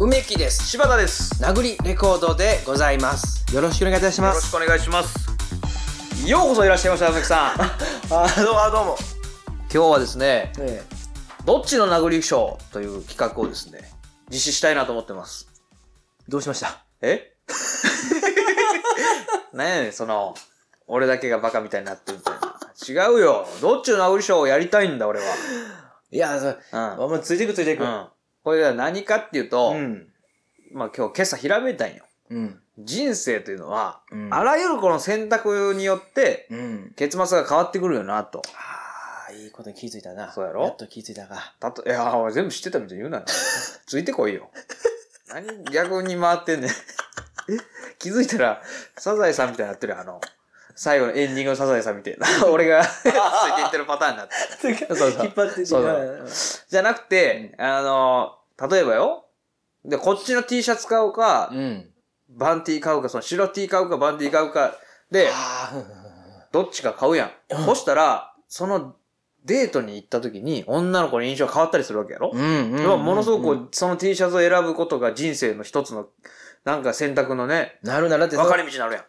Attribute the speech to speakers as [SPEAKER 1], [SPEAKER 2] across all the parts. [SPEAKER 1] 梅木です
[SPEAKER 2] 柴田です
[SPEAKER 1] 殴りレコードでございますよろしくお願いいたし
[SPEAKER 2] よ
[SPEAKER 1] ま
[SPEAKER 2] ろし
[SPEAKER 1] す
[SPEAKER 2] くお願いしますようこそいらっしゃいました佐々木さん
[SPEAKER 1] あ
[SPEAKER 2] どうもどうも今日はですね
[SPEAKER 1] ええ
[SPEAKER 2] どっちの殴り賞という企画をですね実施したいなと思ってます
[SPEAKER 1] どうしました
[SPEAKER 2] え何 やねんその俺だけがバカみたいになってるみたいな違うよどっちの殴り賞をやりたいんだ俺
[SPEAKER 1] いやそれ
[SPEAKER 2] は
[SPEAKER 1] あんまついてくついて
[SPEAKER 2] うん、うん、これが何かっていうと、
[SPEAKER 1] うん
[SPEAKER 2] まあ今日今朝ひらめいたんよ
[SPEAKER 1] うん
[SPEAKER 2] 人生というのは、
[SPEAKER 1] うん
[SPEAKER 2] あらゆるこの選択によって
[SPEAKER 1] うん
[SPEAKER 2] 結末が変わってくるよなと
[SPEAKER 1] ああいいことに気づいたな
[SPEAKER 2] そうやろ
[SPEAKER 1] やっと気づいたか
[SPEAKER 2] たと、いや、俺全部知ってたみたいに言うな よ。ついてこいよ。何逆に回ってんねん。え気づいたら、サザエさんみたいになってるよあの、最後のエンディングのサザエさんみたいな。 俺がついていってるパターンになってる。そうそう
[SPEAKER 1] 引っ張って
[SPEAKER 2] そう
[SPEAKER 1] う
[SPEAKER 2] じゃなくて、あの、例えばよ。で、こっちの T シャツ買うか、
[SPEAKER 1] ん
[SPEAKER 2] バンティー買うか、その白 T 買うか、バンティー買うか、で、
[SPEAKER 1] ああ
[SPEAKER 2] どっちか買うやん。
[SPEAKER 1] うん
[SPEAKER 2] そしたら、そのデートに行った時に、女の子の印象が変わったりするわけやろ。
[SPEAKER 1] うんうん
[SPEAKER 2] でもものすごくこ
[SPEAKER 1] うん
[SPEAKER 2] うその T シャツを選ぶことが人生の一つのなんか選択のね
[SPEAKER 1] なるならって
[SPEAKER 2] 分かれ道になるやん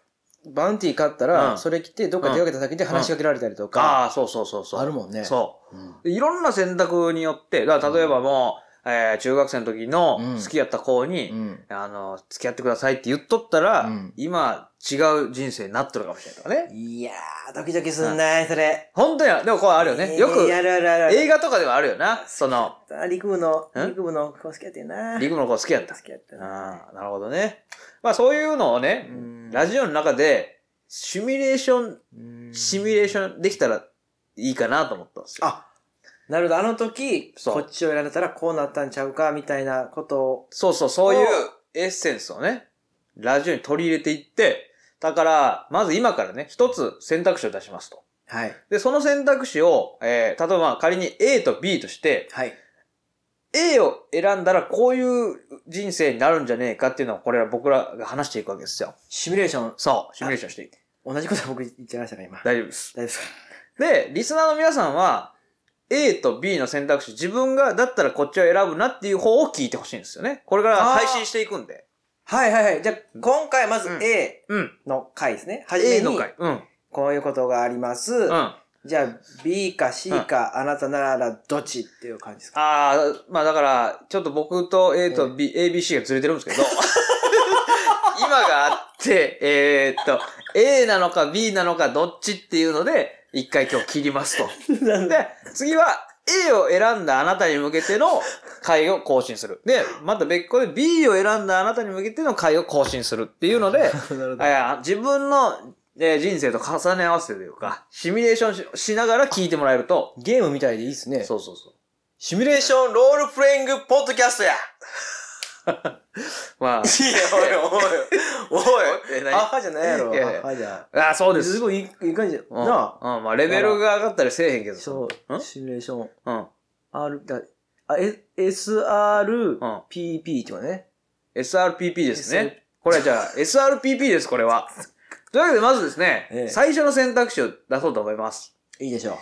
[SPEAKER 1] バンティー買った
[SPEAKER 2] う
[SPEAKER 1] ら
[SPEAKER 2] ん
[SPEAKER 1] それ着てどっか出かけた先で話しかけられたりとか
[SPEAKER 2] ああそうそうそうそう
[SPEAKER 1] あるもんね
[SPEAKER 2] そ
[SPEAKER 1] うん
[SPEAKER 2] うでいろんな選択によってだから例えばもう、えー中学生の時の
[SPEAKER 1] うん
[SPEAKER 2] 好きやった子に、
[SPEAKER 1] うん
[SPEAKER 2] あの付き合ってくださいって言っとったら、
[SPEAKER 1] うん
[SPEAKER 2] 今違う人生になっとるかもしれないとからね
[SPEAKER 1] いやードキドキすんないそれ
[SPEAKER 2] 本当やでもこれあるよね、よ
[SPEAKER 1] えー
[SPEAKER 2] く
[SPEAKER 1] あるあるある
[SPEAKER 2] 映画とかではあるよなその
[SPEAKER 1] あ陸部の
[SPEAKER 2] ん
[SPEAKER 1] 陸部の子好きやってんな
[SPEAKER 2] 陸の子好きやった
[SPEAKER 1] 好きやってな
[SPEAKER 2] ああなるほどねまあそういうのをね、ラジオの中でシミュレーションシミュレーシ
[SPEAKER 1] ン
[SPEAKER 2] ョンできたらいいかなと思ったんですよ。
[SPEAKER 1] あなるほどあの時
[SPEAKER 2] そう
[SPEAKER 1] こっちを選んだらこうなったんちゃうかみたいなことを
[SPEAKER 2] そうそう、そうい
[SPEAKER 1] お
[SPEAKER 2] うエッセンスをね、ラジオに取り入れていって、だから、まず今からね、一つ選択肢を出しますと。
[SPEAKER 1] はい
[SPEAKER 2] で、その選択肢を、えー、例えば仮に A と B として、
[SPEAKER 1] はい
[SPEAKER 2] A を選んだらこういう人生になるんじゃねえかっていうのをこれら僕らが話していくわけですよ。
[SPEAKER 1] シミュレーション
[SPEAKER 2] そう、シミュレーションしていく。
[SPEAKER 1] 同じこと僕言っちゃいましたか今大丈
[SPEAKER 2] 大丈夫です。
[SPEAKER 1] 夫ですか
[SPEAKER 2] で、リスナーの皆さんは、A と B の選択肢、自分が、だったらこっちを選ぶなっていう方を聞いてほしいんですよね。これから配信していくんで。
[SPEAKER 1] はいはいはいじゃあ今回まず
[SPEAKER 2] うん
[SPEAKER 1] A
[SPEAKER 2] うん。
[SPEAKER 1] の回ですね初
[SPEAKER 2] A
[SPEAKER 1] め
[SPEAKER 2] の
[SPEAKER 1] に
[SPEAKER 2] 回。うん。
[SPEAKER 1] こういうことがあります
[SPEAKER 2] うん。あ
[SPEAKER 1] じゃあ B か C かあなたならどっちっていう感じです か
[SPEAKER 2] あー、まあだから、ちょっと僕と A と B、ABC がずれてるんですけど、 今があって、えーっと、A なのか B なのかどっちっていうので、一回今日切りますと。
[SPEAKER 1] なん
[SPEAKER 2] で、次は A を選んだあなたに向けての回を更新する。で、また別個で B を選んだあなたに向けての回を更新するっていう ので、
[SPEAKER 1] は
[SPEAKER 2] あいや自分の、えー人生と重ね合わせてというか、シミュレーションししながら聞いてもらえると、
[SPEAKER 1] いゲームみたいでいいですね
[SPEAKER 2] そうそうそう。
[SPEAKER 1] シミュレーションロールプレイングポッドキャストやい や、お
[SPEAKER 2] まあ、
[SPEAKER 1] いおい
[SPEAKER 2] え
[SPEAKER 1] おい
[SPEAKER 2] 何
[SPEAKER 1] アハじゃないやろ、
[SPEAKER 2] いやいや
[SPEAKER 1] アハじゃ。
[SPEAKER 2] あそうです。
[SPEAKER 1] すごいいいいい感じや。
[SPEAKER 2] うん、
[SPEAKER 1] なあ、
[SPEAKER 2] うん、まあ、レベルが上がったりせえへんけど。
[SPEAKER 1] そ
[SPEAKER 2] ん
[SPEAKER 1] う、シミュレーション、
[SPEAKER 2] うん。
[SPEAKER 1] R、だあ、え SRPP ってことね。
[SPEAKER 2] SRPP ですね。これはじゃあ、SRPP です、こ れは。というわけで、まずですね、
[SPEAKER 1] ええ
[SPEAKER 2] 最初の選択肢を出そうと思います。
[SPEAKER 1] いいでしょ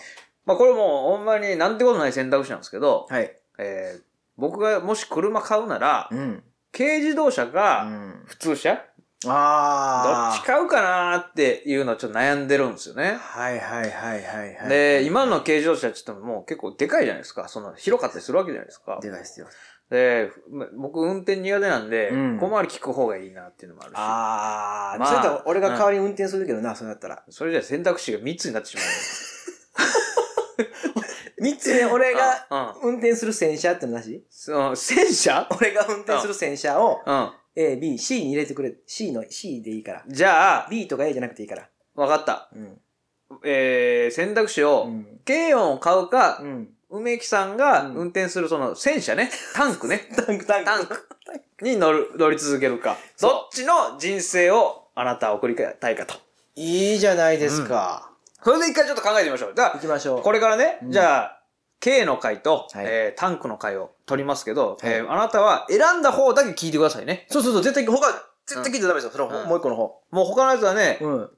[SPEAKER 2] まあこれもうほんまになんてことない選択肢なんですけど、
[SPEAKER 1] う。はい。
[SPEAKER 2] えー僕がもし車買うなら、
[SPEAKER 1] うん。
[SPEAKER 2] 軽自動車
[SPEAKER 1] う
[SPEAKER 2] か
[SPEAKER 1] ん
[SPEAKER 2] 普通車、どっ
[SPEAKER 1] あ
[SPEAKER 2] ち買うかなーっていうのをちょっと悩んでるんですよ
[SPEAKER 1] あ。。
[SPEAKER 2] ね
[SPEAKER 1] はいはいはいはいはい。
[SPEAKER 2] で、今の軽自動車って言ってももう結構でかいじゃないですか。その広かったりするわけじゃないですか。
[SPEAKER 1] でかいっすよ。
[SPEAKER 2] で、ま僕運転苦手なんで、
[SPEAKER 1] うん
[SPEAKER 2] 小回り聞く方がいいなっていうのもあるし。
[SPEAKER 1] ああ、
[SPEAKER 2] まあ
[SPEAKER 1] ちょっと俺が代わりに運転するけどな、それだったら。
[SPEAKER 2] それじゃ選択肢が3つになってしまう。
[SPEAKER 1] 三つ目、俺が
[SPEAKER 2] うんうん。
[SPEAKER 1] 運転する戦車ってのなし
[SPEAKER 2] その、戦車
[SPEAKER 1] 俺が運転する戦車を
[SPEAKER 2] うん。
[SPEAKER 1] A、B、C に入れてくれ。C の C でいいから。
[SPEAKER 2] じゃあ、
[SPEAKER 1] B とか A じゃなくていいから。
[SPEAKER 2] わかった。
[SPEAKER 1] うん。
[SPEAKER 2] えー、選択肢
[SPEAKER 1] う
[SPEAKER 2] を、
[SPEAKER 1] ん。
[SPEAKER 2] 軽音を買うか、
[SPEAKER 1] うん。
[SPEAKER 2] 梅木さんが
[SPEAKER 1] うん
[SPEAKER 2] 運転するその戦車ね、タンク ね、
[SPEAKER 1] タンク、タンク。
[SPEAKER 2] タンクに乗る、乗り続けるか、ど
[SPEAKER 1] そう
[SPEAKER 2] っちの人生をあなたは送りたいかと。
[SPEAKER 1] いいじゃないですか。
[SPEAKER 2] それで一回ちょっと考えてみましょう。じ
[SPEAKER 1] 行
[SPEAKER 2] ゃ
[SPEAKER 1] きましょ
[SPEAKER 2] あ、
[SPEAKER 1] う。
[SPEAKER 2] これからね、
[SPEAKER 1] うん
[SPEAKER 2] じゃあ、K の回と、
[SPEAKER 1] はい
[SPEAKER 2] えータンクの回を取りますけど、
[SPEAKER 1] はい
[SPEAKER 2] えーあなたは選んだ方だけ聞いてくださいね。
[SPEAKER 1] そうそうそう、絶対、他、絶対聞いちゃダメですよ。その、
[SPEAKER 2] うん
[SPEAKER 1] もう一個の方。
[SPEAKER 2] もう他のやつはね、
[SPEAKER 1] うん。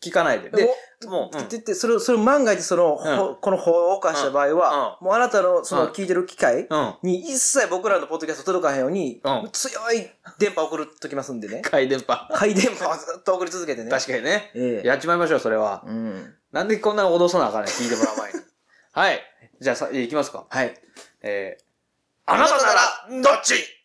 [SPEAKER 2] 聞かないで。
[SPEAKER 1] で
[SPEAKER 2] で、もう、うん
[SPEAKER 1] って言って、それを、それを万が一その、
[SPEAKER 2] うん
[SPEAKER 1] ほこの法を犯した場合は、もうあなたのそうの
[SPEAKER 2] ん
[SPEAKER 1] 聞いてる機械
[SPEAKER 2] うん。
[SPEAKER 1] に一切僕らのポッドキャスト届かへんように、
[SPEAKER 2] うん。
[SPEAKER 1] 強い電波送るときますんでね
[SPEAKER 2] 回電波。
[SPEAKER 1] 回電波をずっと送り続けてね。
[SPEAKER 2] 確かにね。
[SPEAKER 1] ええ
[SPEAKER 2] やっちまいましょう、それは。
[SPEAKER 1] うん。
[SPEAKER 2] なんでこんなの脅さなあかんねん聞いてもらう 前に。はい。じゃあさ、いきますか。
[SPEAKER 1] はい。
[SPEAKER 2] えー、あなたなら、どっち